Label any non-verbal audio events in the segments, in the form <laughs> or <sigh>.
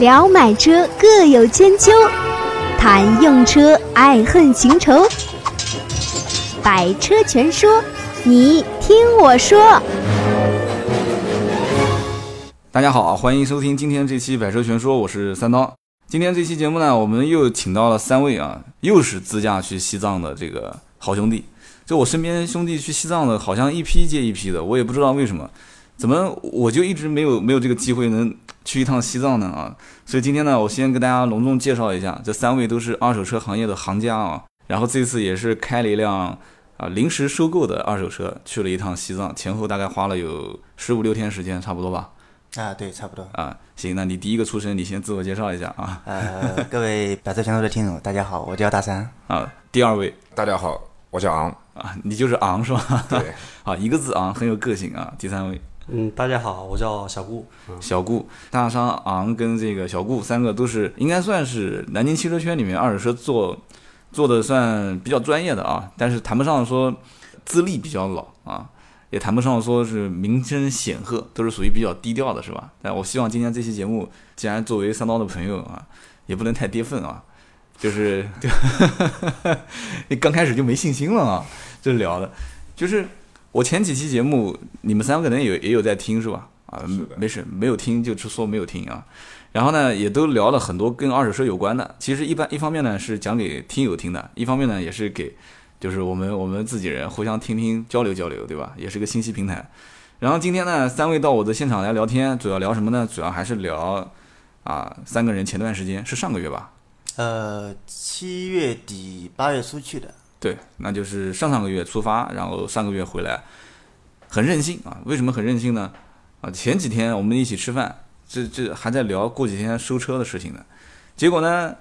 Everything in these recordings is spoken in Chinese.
聊买车各有千秋，谈用车爱恨情仇。百车全说，你听我说。大家好啊，欢迎收听今天这期《百车全说》，我是三刀。今天这期节目呢，我们又请到了三位啊，又是自驾去西藏的这个好兄弟。就我身边兄弟去西藏的，好像一批接一批的，我也不知道为什么，怎么我就一直没有没有这个机会能去一趟西藏呢啊？所以今天呢，我先跟大家隆重介绍一下，这三位都是二手车行业的行家啊。然后这次也是开了一辆啊临时收购的二手车，去了一趟西藏，前后大概花了有十五六天时间，差不多吧。啊，对，差不多。啊，行，那你第一个出身，你先自我介绍一下啊呃，各位百车全说的听众，大家好，我叫大山。啊，第二位大家好，我 <laughs> 叫昂。啊，你就是昂是吧？对，啊，一个字昂，很有个性啊。第三位嗯，大家好，我叫小顾。小顾，大商昂跟这个小顾三个都是应该算是南京汽车圈里面二手车做做的算比较专业的啊，但是谈不上说资历比较老啊，也谈不上说是名声显赫，都是属于比较低调的，是吧？但我希望今天这期节目，既然作为三刀的朋友啊，也不能太跌份啊，就是 <laughs> 你刚开始就没信心了啊，这聊的，就是我前几期节目你们三个人也也有在听是吧？啊是的，没事，没有听就说没有听啊。然后呢，也都聊了很多跟二手车有关的。其实一般一方面呢是讲给听友听的，一方面呢也是给就是我们我们自己人互相听听交流交流，对吧？也是个信息平台。然后今天呢，三位到我的现场来聊天，主要聊什么呢？主要还是聊啊，三个人前段时间是上个月吧？呃，七月底八月初去的，对，那就是上上个月出发，然后上个月回来，很任性啊。为什么很任性呢？啊，前几天我们一起吃饭，这这还在聊过几天收车的事情呢。结果呢，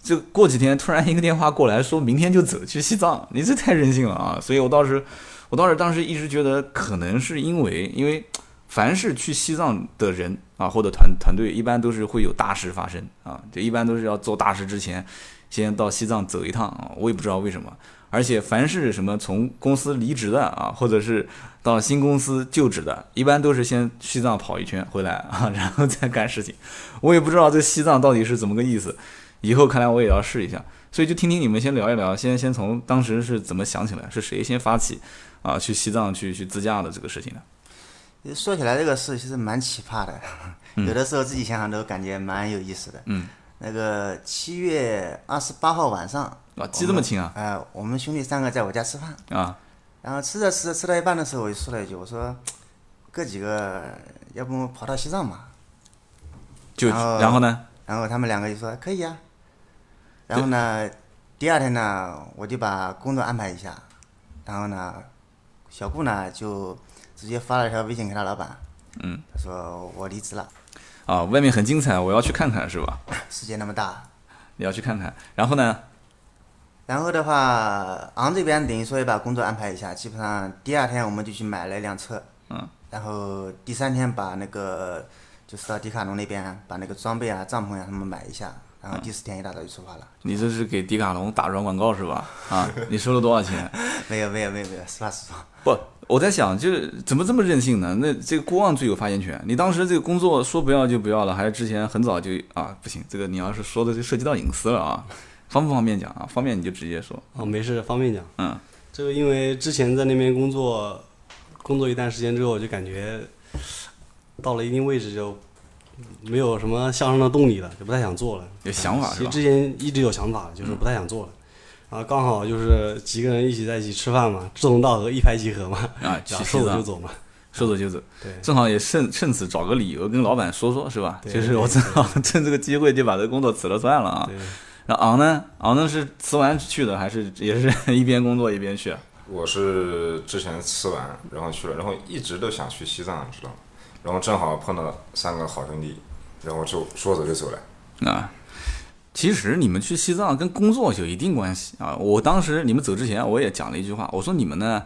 这过几天突然一个电话过来，说明天就走去西藏，你这太任性了啊！所以我当时，我当时当时一直觉得可能是因为因为。凡是去西藏的人啊，或者团团队，一般都是会有大事发生啊，就一般都是要做大事之前，先到西藏走一趟啊。我也不知道为什么，而且凡是什么从公司离职的啊，或者是到新公司就职的，一般都是先西藏跑一圈回来啊，然后再干事情。我也不知道这西藏到底是怎么个意思，以后看来我也要试一下。所以就听听你们先聊一聊，先先从当时是怎么想起来，是谁先发起啊去西藏去去自驾的这个事情的？说起来这个事其实蛮奇葩的，嗯有的时候自己想想都感觉蛮有意思的。嗯，那个七月二十八号晚上，啊，记这么清啊呃，我们兄弟三个在我家吃饭，啊然后吃着吃着吃到一半的时候，我就说了一句，我说哥几个，要不跑到西藏吧？就然后啊然后呢？然后他们两个就说可以啊。然后呢，第二天呢，我就把工作安排一下，然后呢，小顾呢就直接发了一条微信给他老板，嗯，他说我离职了，啊，外面很精彩，我要去看看是吧？世界那么大。你要去看看，然后呢？然后的话，昂这边等于说也把工作安排一下，基本上第二天我们就去买了一辆车，嗯，然后第三天把那个就是到迪卡侬那边把那个装备啊、帐篷呀、什么买一下，然后第四天一大早就出发了。你这是给迪卡侬打软广告是吧？啊，你收了多少钱？没有没有没有没有，实话实说。不，我在想，就是怎么这么任性呢？那这个郭旺最有发言权。你当时这个工作说不要就不要了，还是之前很早就啊？不行，这个你要是说的就涉及到隐私了啊，方不方便讲啊？方便你就直接说。啊，没事，方便讲。嗯，这个因为之前在那边工作，工作一段时间之后，我就感觉到了一定位置就没有什么向上的动力了，就不太想做了。有想法是其实吧？嗯之前一直有想法，就是不太想做了。然后刚好就是几个人一起在一起吃饭嘛，志同道合，一拍即合嘛，啊，去然后西说走就藏，走嘛。说走就走，对，正好也趁趁此找个理由跟老板说说，是吧？对就是我正好趁这个机会就把这个工作辞了算了啊。对，那昂呢？昂呢是辞完去的，还是也是 <laughs> 一边工作一边去？我是之前吃完，然后去了，然后一直都想去西藏，你知道吗？然后正好碰到三个好兄弟，然后就说走就走了。啊。其实你们去西藏跟工作有一定关系啊。我当时你们走之前，我也讲了一句话，我说你们呢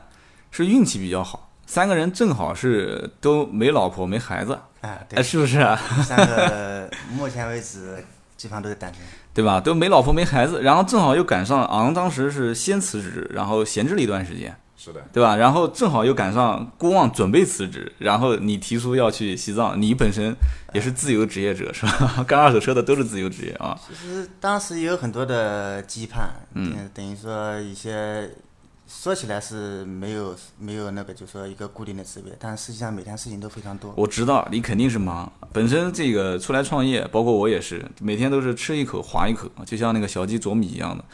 是运气比较好，三个人正好是都没老婆没孩子，啊，哎，对，是不是啊？三个目前为止基本上都是单身。对吧？都没老婆没孩子，然后正好又赶上昂当时是先辞职，然后闲置了一段时间是的，对吧？然后正好又赶上郭旺准备辞职，然后你提出要去西藏，你本身也是自由职业者是吧？ <laughs> 干二手车的都是自由职业啊。其实当时也有很多的羁绊，嗯，等于说一些说起来是没有没有那个，就说一个固定的职位，但实际上每天事情都非常多。我知道你肯定是忙，本身这个出来创业，包括我也是，每天都是吃一口划一口，就像那个小鸡啄米一样的。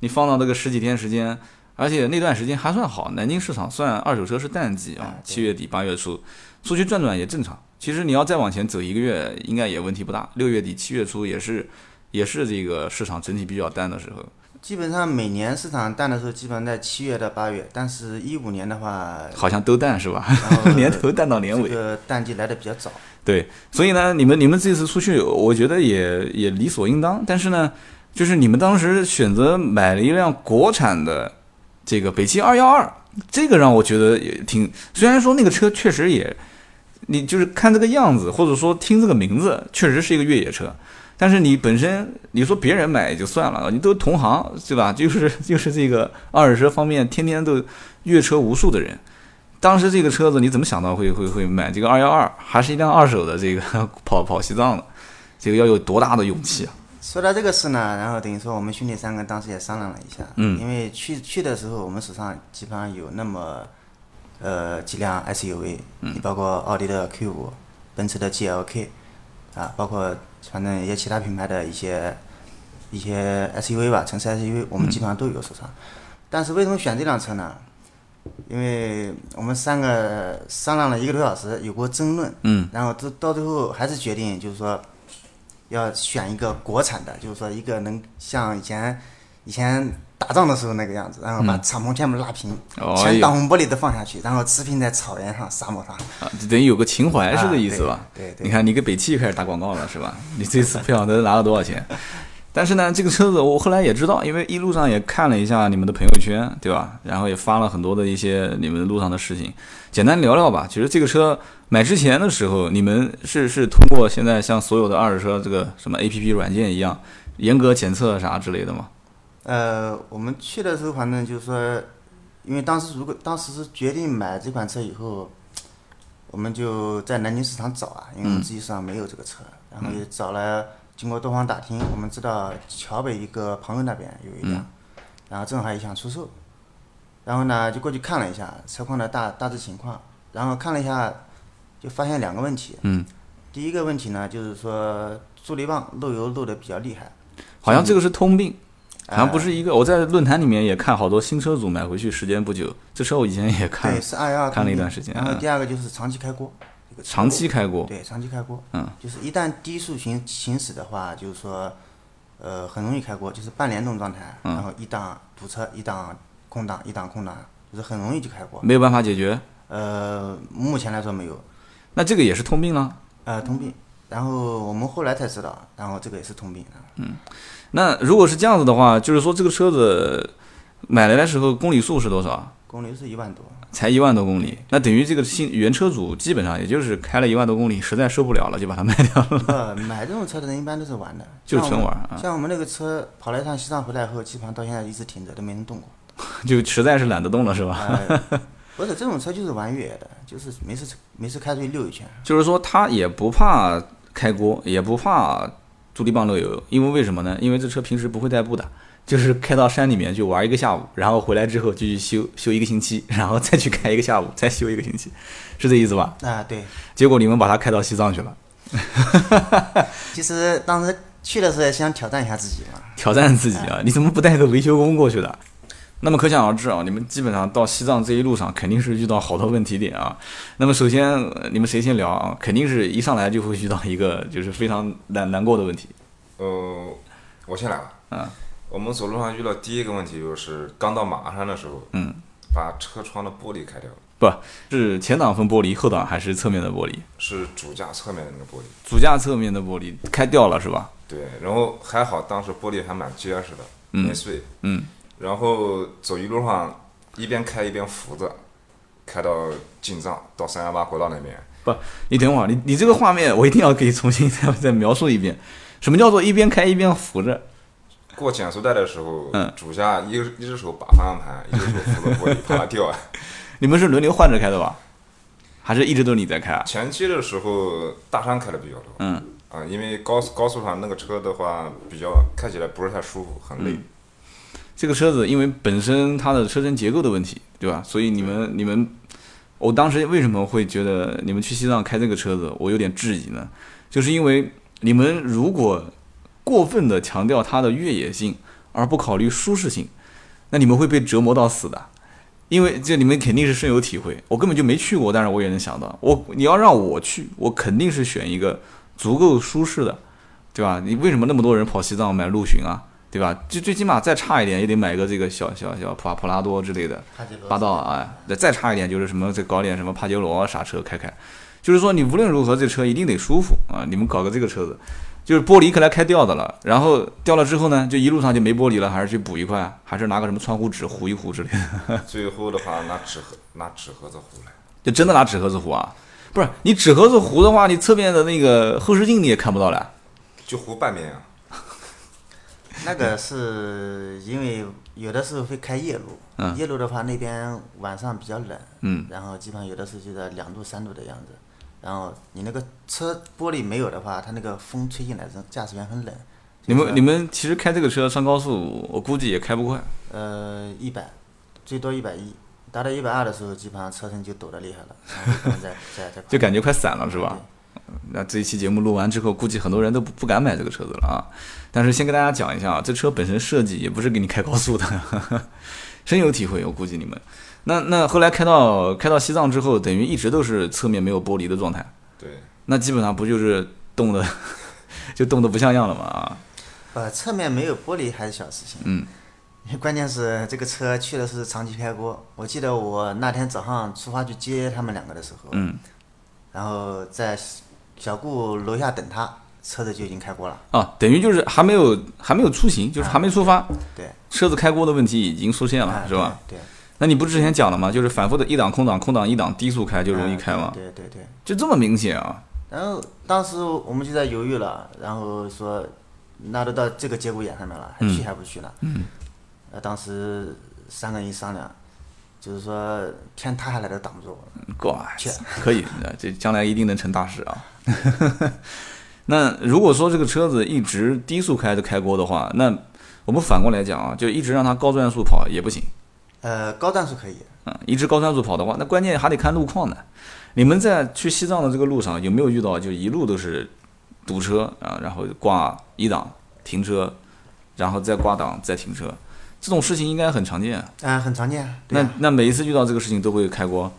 你放到那个十几天时间，而且那段时间还算好，南京市场算二手车是淡季啊啊，对七月底八月初，出去转转也正常。其实你要再往前走一个月，应该也问题不大。六月底七月初也是，也是这个市场整体比较淡的时候。基本上每年市场淡的时候，基本上在七月到八月，但是一五年的话，好像都淡是吧？ <laughs> 然后年头淡到年尾这。个淡季来的比较早。对，所以呢，你们你们这次出去，我觉得也也理所应当。但是呢，就是你们当时选择买了一辆国产的这个北汽二幺二，这个让我觉得也挺，虽然说那个车确实也，你就是看这个样子，或者说听这个名字，确实是一个越野车。但是你本身，你说别人买也就算了，你都同行对吧？ <laughs> 就是就是这个二手车方面，天天都阅车无数的人，当时这个车子你怎么想到会会会买这个二幺二，还是一辆二手的这个 <laughs> 跑跑西藏的，这个要有多大的勇气啊？说到这个事呢，然后等于说我们兄弟三个当时也商量了一下，嗯因为去去的时候我们手上基本上有那么呃几辆 SUV，你嗯包括奥迪的 Q 五、奔驰的 GLK，啊，包括反正一些其他品牌的一些一些 SUV 吧，城市 SUV 我们基本上都有手上。嗯但是为什么选这辆车呢？因为我们三个商量了一个多小时，有过争论，嗯，然后到到最后还是决定就是说要选一个国产的，就是说一个能像以前以前打仗的时候那个样子，然后把敞篷全部拉平，嗯哦全哟挡风玻璃都放下去，然后驰骋在草原上、沙漠上。啊，就等于有个情怀是这意思吧啊？对对对你看你给北汽开始打广告了是吧？ <laughs> 你这次不晓得拿了多少钱。但是呢，这个车子我后来也知道，因为一路上也看了一下你们的朋友圈，对吧？然后也发了很多的一些你们路上的事情，简单聊聊吧。其实这个车买之前的时候，你们是是通过现在像所有的二手车这个什么 APP 软件一样，严格检测啥之类的吗？呃，我们去的时候，反正就是说，因为当时如果当时是决定买这款车以后，我们就在南京市场找啊，因为我们自己市场没有这个车，然后也找了，经过多方打听，我们知道桥北一个朋友那边有一辆，然后正好也想出售，然后呢就过去看了一下车况的大大致情况，然后看了一下，就发现两个问题，嗯，第一个问题呢就是说助力泵漏油漏的比较厉害，好像这个是通病，好像不呃是一个。我在论坛里面也看好多新车主买回去时间不久，这车我以前也看对，是二幺二看了一段时间然后嗯第二个就是长期开锅，这个长期开锅，对长期开锅，嗯，就是一旦低速行行驶的话，就是说，呃，很容易开锅，就是半联动状态，然后一档堵车，一档空档，一档空档，就是很容易就开锅。没有办法解决，呃，目前来说没有，那这个也是通病了。呃，通病。然后我们后来才知道，然后这个也是通病啊。那如果是这样子的话，就是说这个车子买来的时候公里数是多少？公里是 <laughs> 一万多，才一万多公里，那等于这个新原车主基本上也就是开了一万多公里，实在受不了了就把它卖掉了。呃，买这种车的人一般都是玩的，就是像纯我们玩啊像我们那个车跑了一趟西藏回来后，基本上到现在一直停着，都没人动过。就实在是懒得动了，是吧？ <laughs> 哎，不是这种车就是玩越野的，就是没事没事开出去溜一圈。就是说他也不怕开锅，也不怕助力泵漏油，因为为什么呢？因为这车平时不会代步的，就是开到山里面去玩一个下午，然后回来之后就去修修一个星期，然后再去开一个下午，再修一个星期，是这意思吧？啊，对，结果你们把它开到西藏去了，其实当时去的时候也想挑战一下自己嘛。挑战自己啊！你怎么不带个维修工过去的？那么可想而知啊，你们基本上到西藏这一路上肯定是遇到好多问题点啊。那么首先呃你们谁先聊啊？肯定是一上来就会遇到一个就是非常难难过的问题，呃，我先来吧。嗯。我们走路上遇到第一个问题就是，刚到马鞍山的时候，嗯，把车窗的玻璃开掉了，不是前挡风玻璃，后挡还是侧面的玻璃？是主驾侧面的那个玻璃。主驾侧面的玻璃开掉了是吧？对，然后还好当时玻璃还蛮结实的，没碎。嗯。然后走一路上一边开一边扶着，开到进藏，到三幺八国道那边。不，你等会儿，你你这个画面我一定要给你重新再再描述一遍。什么叫做一边开一边扶着？过减速带的时候，嗯主驾一个一只手把方向盘，一只手扶着玻璃，怕它掉。啊你们是轮流换着开的吧？还是一直都是你在开啊？前期的时候，大山开的比较多，嗯啊，因为高速高速上那个车的话，比较开起来不是太舒服，很累。嗯这个车子因为本身它的车身结构的问题，对吧？所以你们你们，我当时为什么会觉得你们去西藏开这个车子，我有点质疑呢？就是因为你们如果过分的强调它的越野性，而不考虑舒适性，那你们会被折磨到死的。因为这你们肯定是深有体会，我根本就没去过，但是我也能想到，我你要让我去，我肯定是选一个足够舒适的，对吧？你为什么那么多人跑西藏买陆巡啊？对吧？最最起码再差一点也得买个这个小小小普普拉多之类的帕杰罗霸道啊，哎再差一点就是什么再搞点什么帕杰罗啊啥车开开，就是说你无论如何这车一定得舒服啊！你们搞个这个车子，就是玻璃可来开掉的了，然后掉了之后呢，就一路上就没玻璃了，还是去补一块，还是拿个什么窗户纸糊一糊之类的，最后的话，拿纸盒拿纸盒子糊来，就真的拿纸盒子糊啊？不是你纸盒子糊的话，你侧面的那个后视镜你也看不到了，就糊半边啊。那个是因为有的时候会开夜路，嗯夜路的话那边晚上比较冷，嗯然后基本上有的时候就在两度三度的样子，然后你那个车玻璃没有的话，它那个风吹进来，这驾驶员很冷。你就是们你们其实开这个车上高速，我估计也开不快。呃一百，最多一百一，达到一百二的时候，基本上车身就抖得厉害了，然后不 <laughs> 能再再再跑就感觉快散了，是吧？那这一期节目录完之后，估计很多人都不不敢买这个车子了啊。但是先跟大家讲一下啊，这车本身设计也不是给你开高速的， <laughs> 深有体会，我估计你们。那那后来开到开到西藏之后，等于一直都是侧面没有玻璃的状态，对，那基本上不就是冻的， <laughs> 就冻得不像样了嘛啊？呃，侧面没有玻璃还是小事情。嗯。 <laughs> 关键是这个车去的是长期开锅。我记得我那天早上出发去接他们两个的时候，嗯，然后在小顾楼下等他，车子就已经开锅了。啊，等于就是还没有还没有出行，就是还没出发，对，车子开锅的问题已经出现啊了，是吧？？对，对那你不是之前讲了吗？就是反复的一档空档空档一档低速开就容易啊开吗？对对对对。就这么明显啊？然后当时我们就在犹豫了，然后说，那都到这个节骨眼上面了，还去还不去呢？嗯。呃，当时三个人一商量，就是说天塌下来都挡不住我。怪去，可以，呃这将来一定能成大事啊。 <laughs> 那如果说这个车子一直低速开着开锅的话，那我们反过来讲啊，就一直让它高转速跑也不行呃，高转速可以，啊、嗯一直高转速跑的话，那关键还得看路况呢。你们在去西藏的这个路上有没有遇到就一路都是堵车啊，然后挂一档停车，然后再挂档再停车，这种事情应该很常见啊。啊、很常见啊。对那啊那每一次遇到这个事情都会开锅，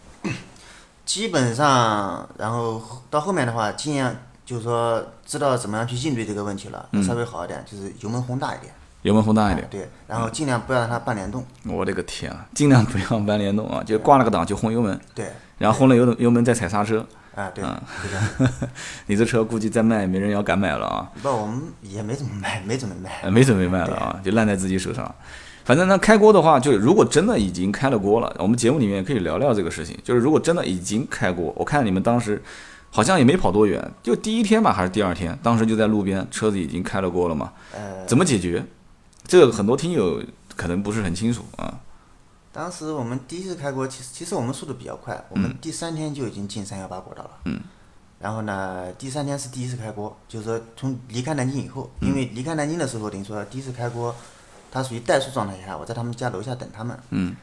基本上，然后到后面的话，尽量就是说知道怎么样去应对这个问题了，稍微好一点，就是油门轰大一点，油门轰大一点啊。对，然后尽量不要让它半联动，我的个天啊！尽量不要弯联动啊，就挂了个档就轰油门，对，然后轰了油油门再踩刹车。啊对，对的。你这车估计再卖也没人要敢买了啊，不，我们也没怎么卖，没怎么卖，呃没准备卖了啊，就烂在自己手上。反正呢，开锅的话，就是如果真的已经开了锅了，我们节目里面也可以聊聊这个事情。就是如果真的已经开锅，我看你们当时好像也没跑多远，就第一天吧，还是第二天，当时就在路边，车子已经开了锅了嘛，呃，怎么解决？这个很多听友可能不是很清楚啊。当时我们第一次开锅，其实其实我们速度比较快，我们第三天就已经进三幺八国道了。嗯。然后呢，第三天是第一次开锅，就是说从离开南京以后，因为离开南京的时候，等于说第一次开锅，它属于怠速状态下，我在他们家楼下等他们。嗯。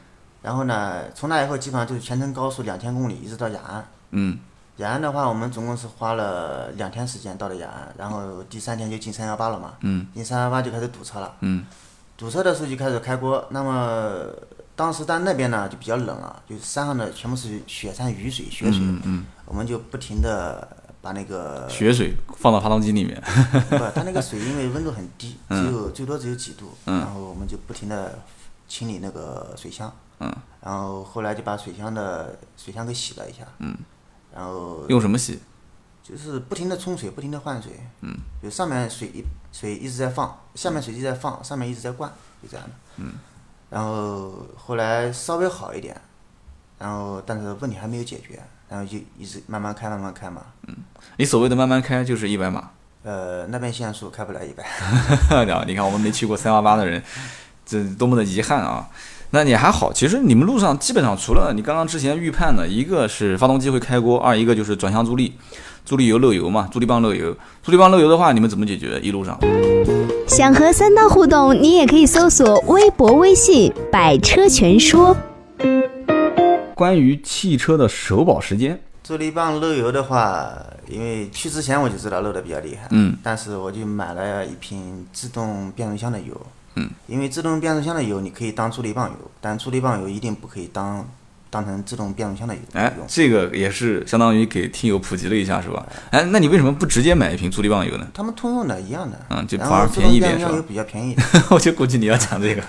然后呢，从那以后基本上就是全程高速两千公里，一直到雅安。嗯，雅安的话，我们总共是花了两天时间到了雅安，然后第三天就进三幺八了嘛。嗯。进三幺八就开始堵车了。嗯。堵车的时候就开始开锅，那么当时在那边呢就比较冷了，就是山上的全部是雪山雨水、雪水，嗯我们就不停的把那个血水放到发动机里面， <laughs> 不，它那个水因为温度很低，只有最多只有几度，然后我们就不停的清理那个水箱，然后后来就把水箱的水箱给洗了一下，然后用什么洗？就是不停的冲水，不停的换水，就上面水一水一直在放，下面水一直在放，上面一直在灌，就这样的，然后后来稍微好一点，然后但是问题还没有解决，然后就一直慢慢开，慢慢开嘛，你所谓的慢慢开就是一百码， <laughs> 呃，那边限速开不了一百。啊，你看我们没去过三八八的人，这多么的遗憾啊！那也还好，其实你们路上基本上除了你刚刚之前预判的，一个是发动机会开锅，二一个就是转向助力，助力油漏油嘛，助力泵漏油，助力泵漏油的话，你们怎么解决？一路上，想和三刀互动，你也可以搜索微博、微信“百车全说关于汽车的首保时间，助力棒漏油的话，因为去之前我就知道漏的比较厉害，嗯，但是我就买了一瓶自动变速箱的油，嗯，因为自动变速箱的油你可以当助力棒油，但助力棒油一定不可以当当成自动变速箱的油哎用，，这个也是相当于给听友普及了一下，是吧？哎，那你为什么不直接买一瓶助力泵油呢？ <laughs> 他们通用的一样的，嗯就然反而后自便动宜一变点速是箱吧油比较便宜 <laughs> 的，我就估计你要讲这个，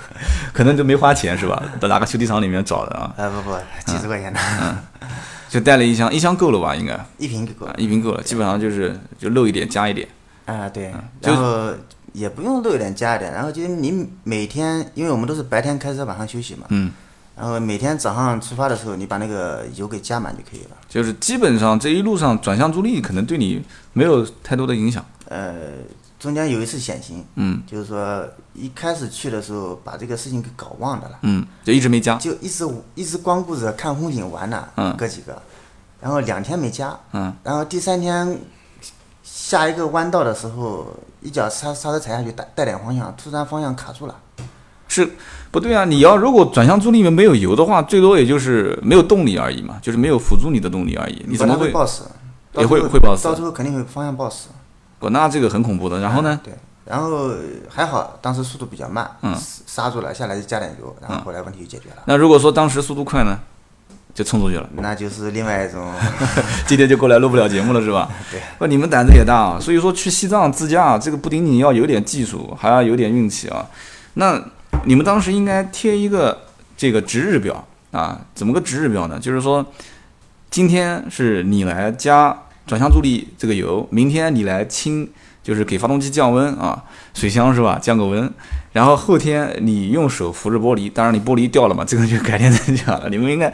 可能都没花钱是吧？到哪个修理厂里面找的啊？呃不不，几十块钱的， <laughs> 就带了一箱，一箱够了吧？应该啊，一瓶就够了，一瓶够了，基本上就是就漏一点加一点。啊，对，嗯就然后也不用露一点加一点，然后就是你每天，因为我们都是白天开车，晚上休息嘛，嗯，然后每天早上出发的时候，你把那个油给加满就可以了。就是基本上这一路上转向助力可能对你没有太多的影响。呃，中间有一次险情，嗯就是说一开始去的时候把这个事情给搞忘了了，嗯，就一直没加。就一直一直光顾着看风景玩呢，嗯哥几个，然后两天没加，嗯，然后第三天下一个弯道的时候，一脚刹刹车踩下去带带点方向，突然方向卡住了。是不对啊！你要如果转向助力里面没有油的话，最多也就是没有动力而已嘛，就是没有辅助你的动力而已。你怎么不然会会？爆死？也到会最后会爆死到最后肯定会方向爆死。我哦那这个很恐怖的。然后呢？对，然后还好当时速度比较慢，嗯刹住了，下来就加点油，然后后来问题就解决了。那如果说当时速度快呢，就冲出去了。那就是另外 <laughs> 一种，今天就过来录不了节目了是吧？对。不，你们胆子也大啊！所以说去西藏自驾，这个不仅仅要有点技术，还要有点运气啊。那你们当时应该贴一个这个值日表啊？怎么个值日表呢？就是说，今天是你来加转向助力这个油，明天你来清，就是给发动机降温啊，水箱是吧？降个温。然后后天你用手扶着玻璃，当然你玻璃掉了嘛，这个就改天再讲了。你们应该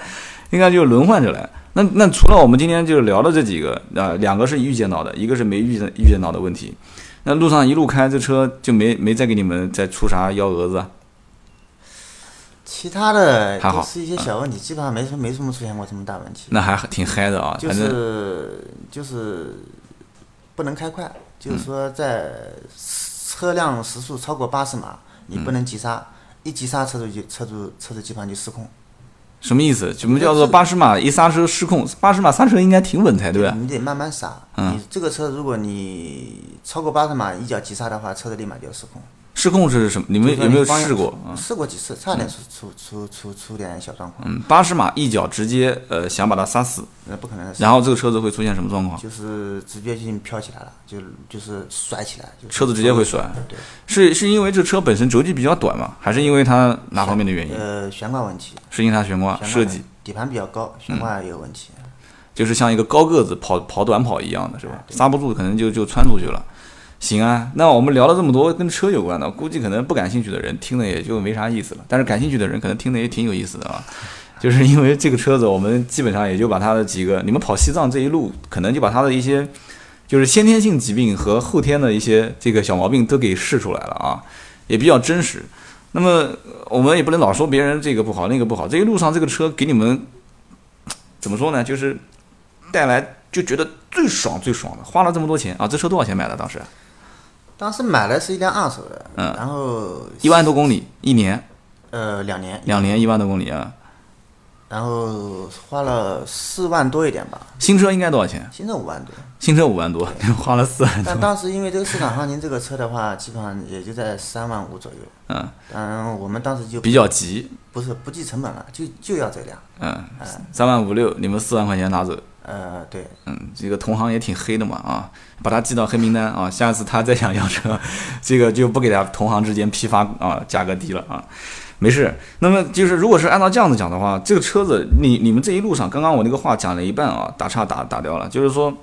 应该就轮换着来。那那除了我们今天就聊的这几个，呃，两个是预见到的，一个是没预见预见到的问题。那路上一路开这车就没没再给你们再出啥幺蛾子啊，其他的还好嗯都是一些小问题，基本上没什么没什么出现过什么大问题。那还挺嗨的啊。就反正是就是不能开快，就是说在车辆时速超过八十码，你不能急嗯刹，一急刹车子就车子车子基本上就失控。什么意思？什么叫做八十码一刹车失控？八十码刹车应该挺稳才对啊。你得慢慢刹。嗯你这个车，如果你超过八十码一脚急刹的话，车子立马就要失控。失控是什么？你们就是有没有你嗯方向试过啊？试过几次，差点出出出出出点小状况，嗯，八十码一脚直接呃想把它刹死，那不可能的事。然后这个车子会出现什么状况？就是直接就飘起来了，就就是甩起来，就是车子直接会甩。对，是是因为这车本身轴距比较短嘛，还是因为它哪方面的原因？呃，悬挂问题，是因为它悬挂悬挂设计？嗯底盘比较高，悬挂也有问题。就是像一个高个子跑跑短跑一样的是吧？刹不住，可能就就穿出去了。行啊，那我们聊了这么多跟车有关的，估计可能不感兴趣的人听的也就没啥意思了，但是感兴趣的人可能听的也挺有意思的啊。 <laughs> 就是因为这个车子，我们基本上也就把它的几个，你们跑西藏这一路，可能就把它的一些就是先天性疾病和后天的一些这个小毛病都给试出来了啊，也比较真实。那么呃我们也不能老说别人这个不好那个不好，这一路上这个车给你们怎么说呢？就是带来就觉得最爽最爽的，花了这么多钱啊！这车多少钱买的？当时当时买的是一辆二手的，嗯然后一万多公里，一年呃两年，两年一万多公里啊！然后花了四万多一点吧，新车应该多少钱？现在五万多。新车五万多， <laughs> 花了四万多。但当时因为这个市场行情，这个车的话，基本上也就在三万五左右。嗯，嗯，我们当时就比较急，不是不计成本了，就就要这辆。嗯，三万五六，你们四万块钱拿走，呃，对，嗯，这个同行也挺黑的嘛啊，把他记到黑名单啊，下次他再想要车， <laughs> 这个就不给他同行之间批发啊，价格低了啊，没事。那么就是如果是按照这样子讲的话，这个车子你你们这一路上，刚刚我那个话讲了一半啊，打岔打打掉了，就是说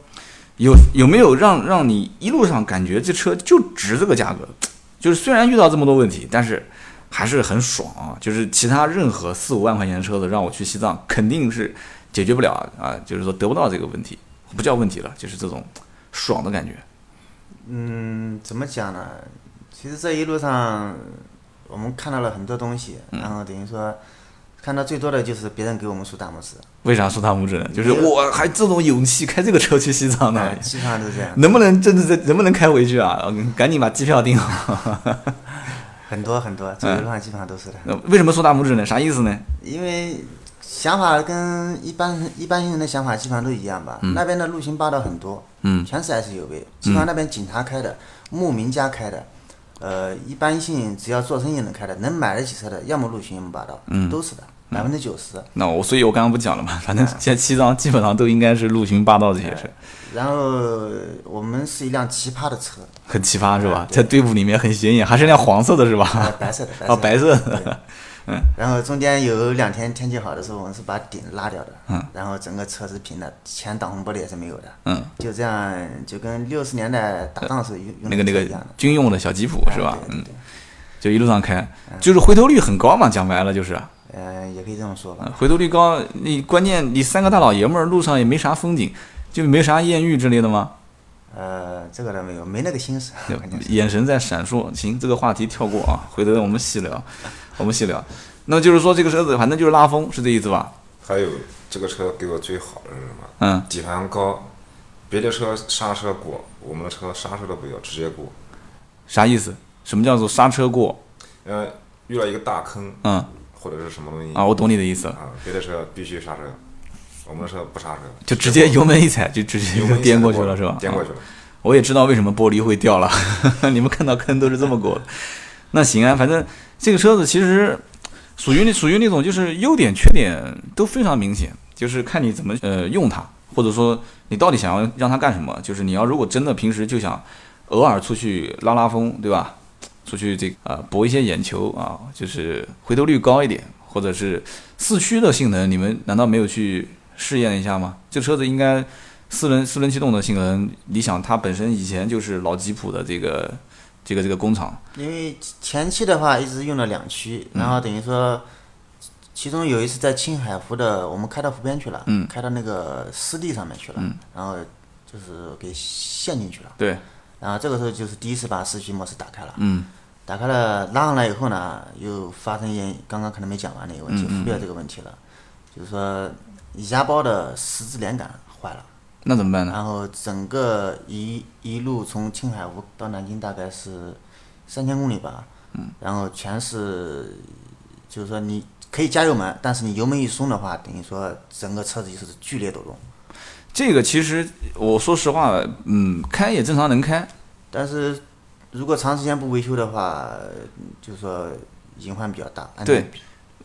有有没有让让你一路上感觉这车就值这个价格？就是虽然遇到这么多问题，但是还是很爽啊！就是其他任何四五万块钱的车子让我去西藏，肯定是解决不了啊啊，就是说得不到这个问题，不叫问题了，就是这种爽的感觉。嗯怎么讲呢？其实这一路上我们看到了很多东西，然后等于说看到最多的就是别人给我们竖大拇指，为啥竖大拇指呢？就是我还这种勇气开这个车去西藏呢哎，，基本上都是这样，能不能真的在能不能开回去啊？赶紧把机票订 <laughs> 好。很多很多，这一路上基本上都是的。那为什么竖大拇指呢？啥意思呢？因为想法跟一般一般人的想法基本上都一样吧。那边的陆巡霸道很多，嗯全是 SUV，基本上那边警察开的、牧民家开的，呃，一般性只要做生意能开的、能买得起车的，要么陆巡，要么霸道，嗯，都是的，百分之九十。那我所以，我刚刚不讲了哎嘛，反正现在西藏基本上都应该是陆巡霸道这些车，然后我们是一辆奇葩的车，很奇葩是哎吧？在队伍里面很显眼，还是辆黄色的是呃吧？白色的，啊，白色对的，嗯然后中间有两天天气好的时候，我们是把顶拉掉的，然后整个车是平的，前挡风玻璃也是没有的，嗯，就这样就跟六十年代打仗时候用用那个那的车个一样的，军用的小吉普哎是吧？对嗯对，对，就一路上开，就是回头率很高嘛，讲白了就是，啊呃，也可以这么说呃吧，回头率高，你关键你三个大老爷们儿路上也没啥风景，就没啥艳遇之类的吗？呃，这个倒没有，没那个心思，啊关键是，眼神在闪烁。行，这个话题跳过啊，回头我们细聊，我们细聊。那么就是说这个车子反正就是拉风，是这意思吧？还有这个车给我最好的是什么？嗯，底盘高，别的车刹车过，我们的车刹车都不要，直接过。啥意思？什么叫做刹车过？呃，遇到一个大坑嗯或者是什么东西啊，我懂你的意思了，啊别的车必须刹车，我们的车不刹车，就直接油门一踩就直接油门一颠踩过就去了是吧？啊嗯颠过去了。我也知道为什么玻璃会掉了， <laughs> 你们看到坑都是这么过的。那行啊，反正这个车子其实属于那属于那种就是优点缺点都非常明显，就是看你怎么呃用它，或者说你到底想要让它干什么。就是你要如果真的平时就想偶尔出去拉拉风，对吧？出去这呃博一些眼球啊，就是回头率高一点，或者是四驱的性能，你们难道没有去试验一下吗？这车子应该四轮四轮驱动的性能，理想它本身以前就是老吉普的这个这个这个工厂，因为前期的话一直用了两驱，嗯然后等于说。其中有一次在青海湖的，我们开到湖边去了，嗯开到那个湿地上面去了，然后就是给陷进去了。对，然后啊这个时候就是第一次把四驱模式打开了，嗯打开了拉上来以后呢，又发生一件刚刚可能没讲完的一个问题，忽略这个问题了，就是说牙包的十字连杆坏了，那怎么办呢？然后整个一一路从青海湖到南京大概是三千公里吧，然后全是就是说你可以加油门，但是你油门一松的话，等于说整个车子就是剧烈抖动。这个其实我说实话，嗯，开也正常能开，但是如果长时间不维修的话，呃就是说隐患比较大。安全对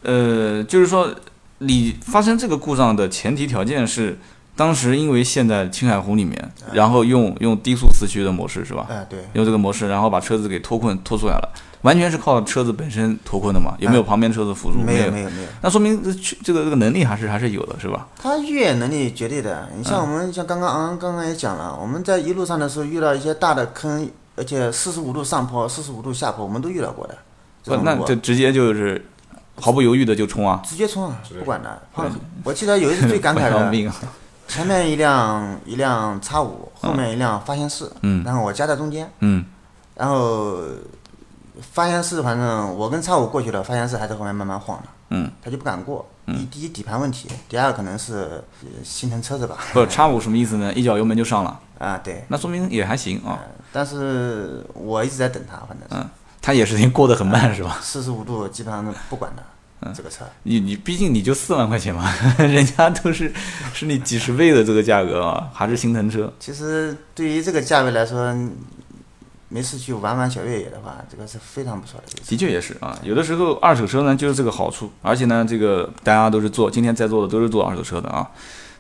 呃，就是说你发生这个故障的前提条件是。当时因为陷在青海湖里面，然后用用低速四驱的模式是吧？哎、对，用这个模式，然后把车子给脱困脱出来了，完全是靠车子本身脱困的嘛？有没有旁边车子辅助？嗯没嗯有有没有没有，那说明这这个这个能力还是还是有的，是吧？他越野能力绝对的。你嗯像我们、像刚刚昂刚刚也讲了，我们在一路上的时候遇到一些大的坑，而且四十五度上坡、四十五度下坡，我们都遇到过的。这不哦种，那路啊就直接就是毫不犹豫的就冲啊，直接冲啊，接不管的。碰我记得有一次最感 <laughs> 慨碰上的，病啊，前面一辆一辆叉五，后面一辆发现式，嗯然后我夹在中间，嗯，然后发现是反正我跟叉五过去了，发现是还在后面慢慢晃呢。嗯，他就不敢过。一第一底盘问题，第二可能是呃心疼车子吧。不是叉五什么意思呢？一脚油门就上了，啊，对。那说明也还行啊。但是我一直在等他，反正是他也是已经过得很慢是吧？四十五度基本上不管嗯的这个车。你你毕竟你就四万块钱嘛， <laughs> 人家都是是你几十倍的这个价格啊，还是心疼车。其实对于这个价位来说，没事去玩玩小越野的话，这个是非常不错的一个车。的确也是啊，有的时候二手车呢就是这个好处，而且呢，这个大家都是做今天在座的都是做二手车的啊，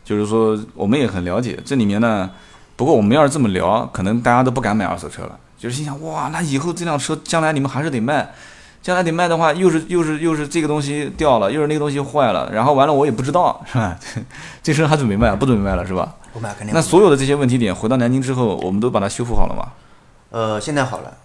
就是说我们也很了解这里面呢。不过我们要是这么聊，可能大家都不敢买二手车了，就是心想哇，那以后这辆车将来你们还是得卖，将来得卖的话，又是又是又是这个东西掉了，又是那个东西坏了，然后完了我也不知道是吧？ <laughs> 这车还准备卖，不准备卖了是吧？不买肯定不买。那所有的这些问题点回到南京之后，我们都把它修复好了嘛？呃，现在好了，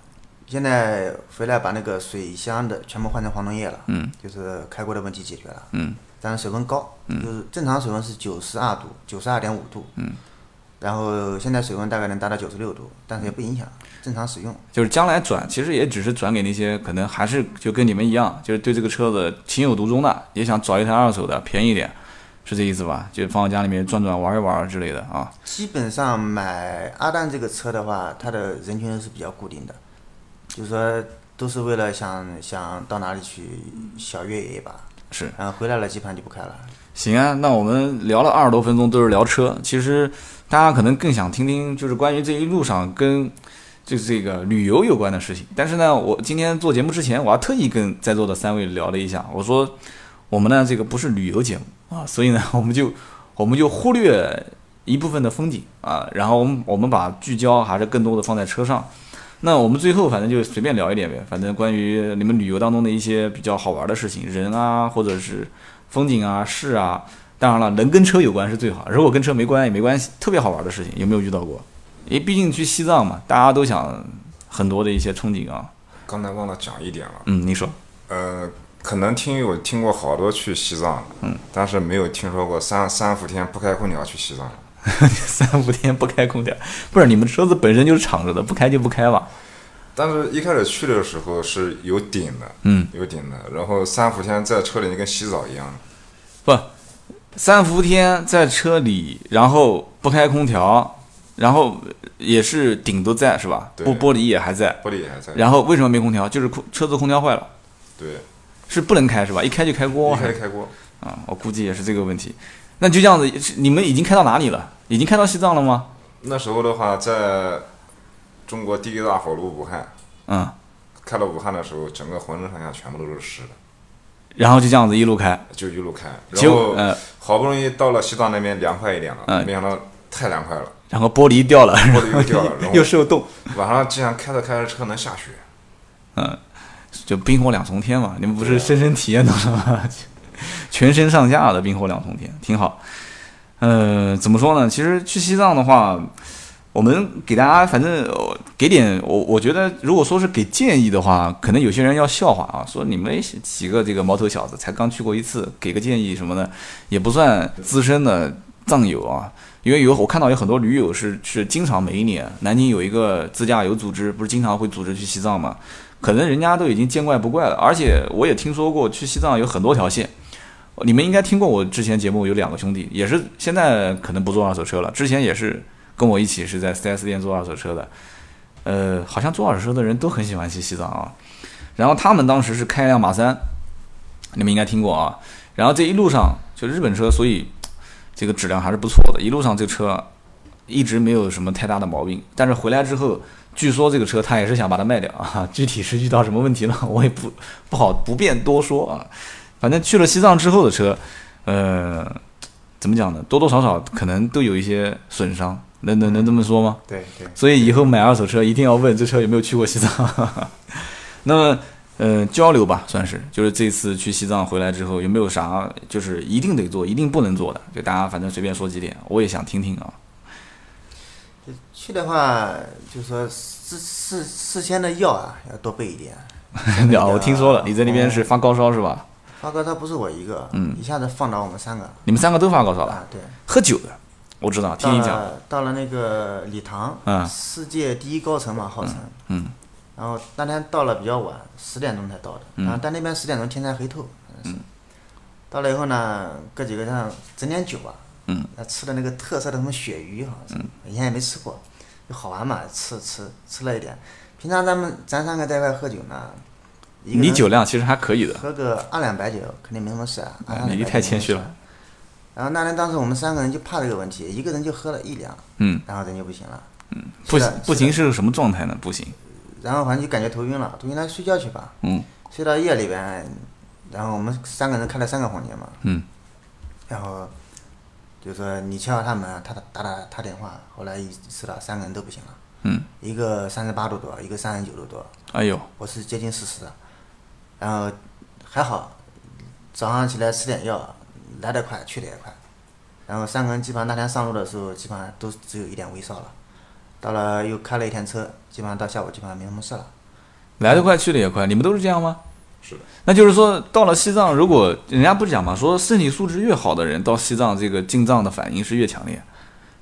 现在回来把那个水箱的全部换成黄铜叶了，嗯，就是开锅的问题解决了，嗯，但是水温高，嗯，就是正常水温是九十二度，九十二点五度，嗯，然后现在水温大概能达到九十六度，但是也不影响正常使用。就是将来转，其实也只是转给那些可能还是就跟你们一样，就是对这个车子情有独钟的，也想找一台二手的，便宜一点，是这意思吧？就放在家里面转转、玩一玩之类的啊。基本上买阿蛋这个车的话，它的人群是比较固定的，就是说都是为了想想到哪里去小越野一把，是，然后回来了基本上就不开了。行啊，那我们聊了二十多分钟都是聊车，其实大家可能更想听听就是关于这一路上跟就是这个旅游有关的事情。但是呢，我今天做节目之前，我还特意跟在座的三位聊了一下，我说我们呢这个不是旅游节目啊，所以呢我们就 <laughs> 我们就忽略一部分的风景啊，然后我们我们把聚焦还是更多的放在车上。那我们最后反正就随便聊一点呗，反正关于你们旅游当中的一些比较好玩的事情，人啊，或者是风景啊、事啊。当然了，能跟车有关是最好，如果跟车没关也没关系。特别好玩的事情有没有遇到过？因为毕竟去西藏嘛，大家都想很多的一些憧憬啊。刚才忘了讲一点了，嗯，你说 <laughs> 呃，可能听友听过好多去西藏，嗯，但是没有听说过三三伏天不开空调去西藏。三五天不开空调，不是你们车子本身就是敞着的，不开就不开吧？但是一开始去的时候是有顶的，嗯，有顶的。然后三伏天在车里就跟洗澡一样，不，三伏天在车里，然后不开空调，然后也是顶都在是吧？对不，玻璃也还在。玻璃也还在。然后为什么没空调？就是空车子空调坏了，对，是不能开是吧？一开就开锅一还开是开锅，啊，我估计也是这个问题。那就这样子，是你们已经开到哪里了？已经开到西藏了吗？那时候的话，在中国第一大火炉武汉，嗯，开到武汉的时候，整个浑身上下全部都是湿的，然后就这样子一路开，就一路开。结然果后呃，好不容易到了西藏那边凉快一点了，嗯没想到太凉快了，然后玻璃掉了，玻璃又掉了，然后又受冻，晚上竟然开着开着车能下雪，就冰火两重天嘛。你们不是深深体验到了吗？ <laughs> 全身上下的冰火两重天，挺好。呃，怎么说呢？其实去西藏的话，我们给大家反正呃给点我我觉得，如果说是给建议的话，可能有些人要笑话啊，说你们这几个这个毛头小子才刚去过一次，给个建议什么的，也不算资深的藏友啊。因为有我看到有很多驴友是是经常每一年，南京有一个自驾游组织，不是经常会组织去西藏嘛，可能人家都已经见怪不怪了。而且我也听说过去西藏有很多条线，你们应该听过我之前节目有两个兄弟，也是现在可能不做二手车了，之前也是跟我一起是在 4S 店做二手车的。呃，好像做二手车的人都很喜欢去西藏啊。然后他们当时是开一辆马三，你们应该听过啊。然后这一路上就日本车，所以这个质量还是不错的。一路上这车一直没有什么太大的毛病，但是回来之后，据说这个车他也是想把它卖掉啊。 <laughs> 具体是遇到什么问题了， <laughs> 我也不不好不便多说啊。反正去了西藏之后的车，呃，怎么讲呢？多多少少可能都有一些损伤，能能能这么说吗？对对，所以以后买二手车一定要问这车有没有去过西藏。 <laughs> 那么，呃，交流吧，算是就是这次去西藏回来之后，有没有啥就是一定得做、一定不能做的？就大家反正随便说几点，我也想听听啊。去的话就是说事事事先的药啊要多备一点。啊，我听说了，你在那边是发高烧是吧？发高烧不是我一个，一下子放倒我们三个你们三个都发高烧了，啊，对。喝酒的，我知道，啊听你到讲，了到了那个礼堂，嗯世界第一高层嘛，号称，嗯然后当天到了比较晚，十点钟才到的，嗯然后但那边十点钟天才黑透，嗯，到了以后呢，哥几个想整点酒吧，嗯，吃的那个特色的什么鳕鱼好像是，以前也没吃过，就好玩嘛，吃吃吃了一点，平常咱们咱三个在一块喝酒呢，一个你人酒量其实还可以的，喝个二两白酒肯定没什么事啊，二两哎白你酒啊太谦虚了。然后那天当时我们三个人就怕这个问题，一个人就喝了一两，嗯，然后人就不行了，嗯，不行不行是个什么状态呢？不行，然后反正就感觉头晕了，头晕了睡觉去吧，嗯，睡到夜里边，然后我们三个人开了三个房间嘛，嗯，然后就说你敲敲他门，啊他打打打他电话，后来一知道三个人都不行了，嗯，一个三十八度多，一个三十九度多，哎呦，我是接近四十的，然后还好，早上起来吃点药，来得快去得也快，然后三个人基本上那天上路的时候，基本上都只有一点微烧了，到了又开了一天车，基本上到下午基本上没什么事了。来得快去得也快，你们都是这样吗？是的，那就是说，到了西藏，如果人家不是讲嘛，说身体素质越好的人，到西藏这个进藏的反应是越强烈。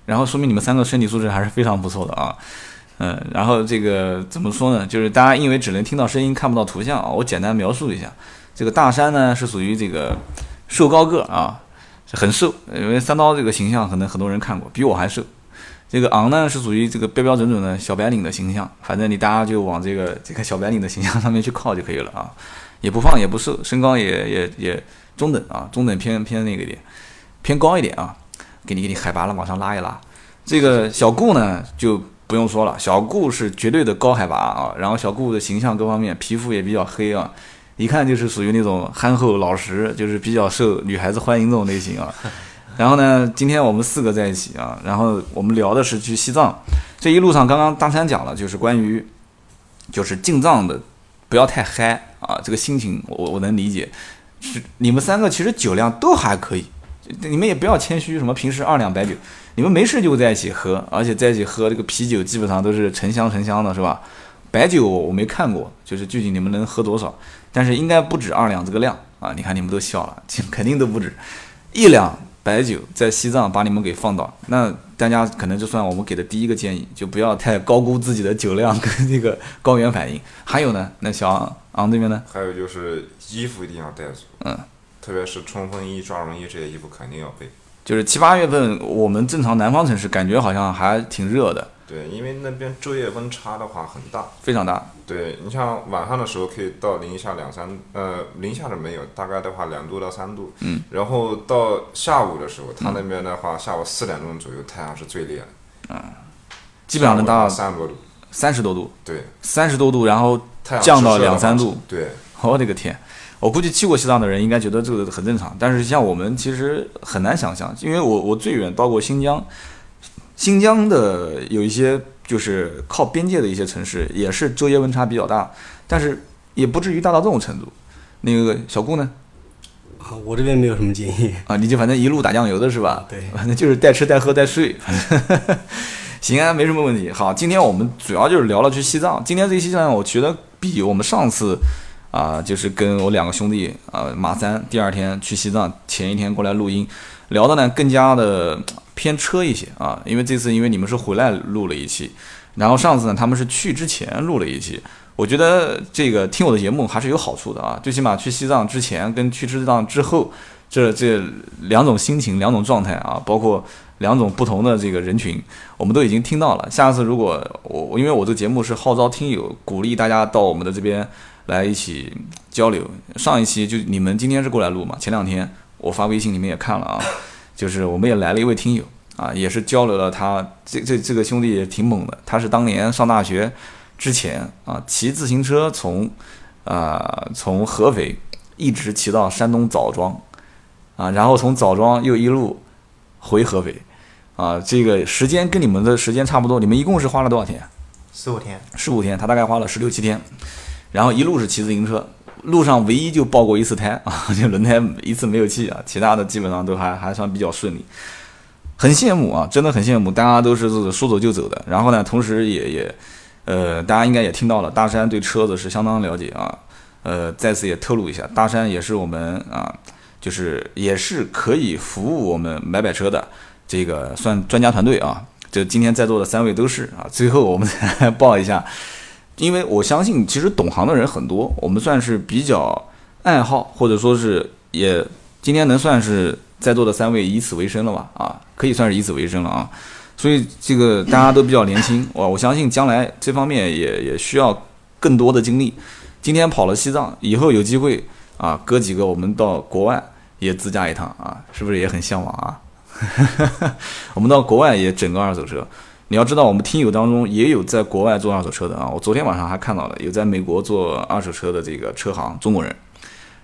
然后说明你们三个身体素质还是非常不错的啊。 <laughs> 嗯，然后这个怎么说呢？就是大家因为只能听到声音，看不到图像啊，我简单描述一下。这个大山呢是属于这个瘦高个儿啊，是很瘦，因为三刀这个形象可能很多人看过，比我还瘦。这个昂呢是属于这个标标准准的小白领的形象，反正你大家就往这个这个小白领的形象上面去靠就可以了啊，也不胖也不瘦，身高也也也中等啊，中等偏偏那个一点，偏高一点啊，给你给你海拔了往上拉一拉。这个小顾呢就不用说了，小顾是绝对的高海拔啊，然后小顾的形象各方面，皮肤也比较黑啊，一看就是属于那种憨厚老实，就是比较受女孩子欢迎这种类型啊。然后呢，今天我们四个在一起啊，然后我们聊的是去西藏，这一路上刚刚大山讲了，就是关于就是进藏的，不要太嗨啊，这个心情我我能理解。是你们三个其实酒量都还可以，你们也不要谦虚，什么平时二两白酒，你们没事就在一起喝，而且在一起喝这个啤酒基本上都是成箱成箱的，是吧？白酒我没看过，就是具体你们能喝多少，但是应该不止二两这个量啊！你看你们都笑了，肯定都不止一两白酒在西藏把你们给放倒，那大家可能就算我们给的第一个建议，就不要太高估自己的酒量跟这个高原反应。还有呢，那小昂昂这边呢，还有就是衣服一定要带足，嗯，特别是冲锋衣、抓绒衣这些衣服肯定要备。就是七八月份我们正常南方城市感觉好像还挺热的，对，因为那边昼夜温差的话很大，非常大，对你像晚上的时候可以到零下两三，呃，零下是没有，大概的话两度到三度。嗯。然后到下午的时候，它那边的话，下午四点钟左右太阳是最烈的，基本上能达到三十多度。三十多度，对，三十多度，然后太阳降到直射的两话三度。对， <laughs> 我哦的个天！我估计去过西藏的人应该觉得这个很正常，但是像我们其实很难想象，因为我我最远到过新疆，新疆的有一些就是靠边界的一些城市，也是昼夜温差比较大，但是也不至于大到这种程度。那个小顾呢？啊，我这边没有什么建议。啊，你就反正一路打酱油的是吧？ <laughs> 对反正就是带吃带喝带睡， <laughs> 反正行啊，没什么问题。好，今天我们主要就是聊了去西藏。今天这一期呢，我觉得比我们上次啊、就是跟我两个兄弟啊、马三第二天去西藏，前一天过来录音，聊的呢更加的呃偏车一些啊，因为这次因为你们是回来录了一期，然后上次呢他们是去之前录了一期。我觉得这个听我的节目还是有好处的啊，最起码去西藏之前跟去西藏之后，这这两种心情、两种状态啊，包括两种不同的这个人群，我们都已经听到了。下次如果我我因为我这个节目是号召听友，鼓励大家到我们的这边来一起交流。上一期就你们今天是过来录嘛，前两天我发微信你们也看了啊，就是我们也来了一位听友啊，也是交流了他这这这个兄弟也挺猛的，他是当年上大学之前啊骑自行车从啊、从合肥一直骑到山东枣庄。啊，然后从枣庄又一路回合肥，啊，这个时间跟你们的时间差不多，你们一共是花了多少天？啊十五天，十五天，他大概花了十六七天，然后一路是骑自行车，路上唯一就爆过一次胎啊， <laughs> 这轮胎一次没有气啊，其他的基本上都还还算比较顺利，很羡慕啊，真的很羡慕，大家都是这个说走就走的。然后呢，同时也也，呃，大家应该也听到了，大山对车子是相当了解啊，呃，在此也透露一下，大山也是我们啊，就是也是可以服务我们买买车的这个算专家团队啊。这今天在座的三位都是啊，最后我们 <laughs> 再报一下，因为我相信其实懂行的人很多，我们算是比较爱好，或者说是也今天能算是在座的三位以此为生了吧？啊，可以算是以此为生了啊。所以这个大家都比较年轻，我我相信将来这方面也也需要更多的精力。今天跑了西藏，以后有机会啊，哥几个我们到国外也自驾一趟啊，是不是也很向往啊？ <laughs> 我们到国外也整个二手车。你要知道，我们听友当中也有在国外做二手车的啊。我昨天晚上还看到了有在美国做二手车的这个车行中国人。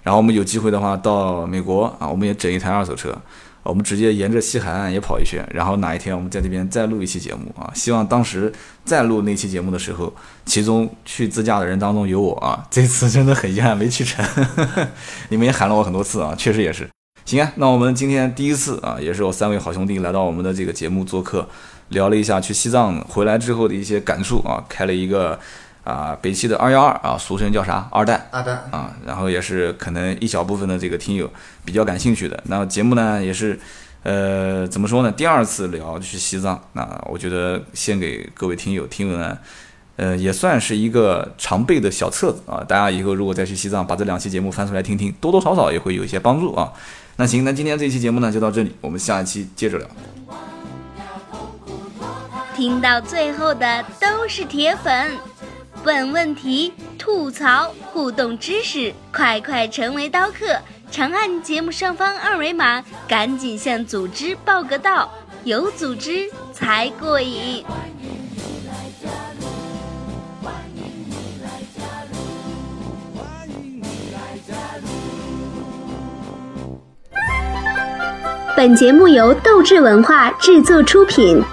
然后我们有机会的话到美国啊，我们也整一台二手车，我们直接沿着西海岸也跑一圈。然后哪一天我们在这边再录一期节目啊？希望当时再录那期节目的时候，其中去自驾的人当中有我啊。 <laughs> 这次真的很遗憾没去成， <laughs> 你们也喊了我很多次啊，确实也是。行啊，那我们今天第一次啊，也是我三位好兄弟来到我们的这个节目做客，聊了一下去西藏回来之后的一些感触啊，开了一个啊北汽的二幺二啊，俗称叫啥二代阿丹，啊，然后也是可能一小部分的这个听友比较感兴趣的。那节目呢也是呃，怎么说呢？第二次聊就是西藏，那我觉得先给各位听友听文案，呃，也算是一个常备的小册子啊。大家以后如果再去西藏，把这两期节目翻出来听听，多多少少也会有一些帮助啊。那行，那今天这期节目呢就到这里，我们下一期接着聊。听到最后的都是铁粉，问问题、吐槽、互动知识，快快成为刀客！长按节目上方二维码，赶紧向组织报个到，有组织才过瘾。本节目由斗志文化制作出品。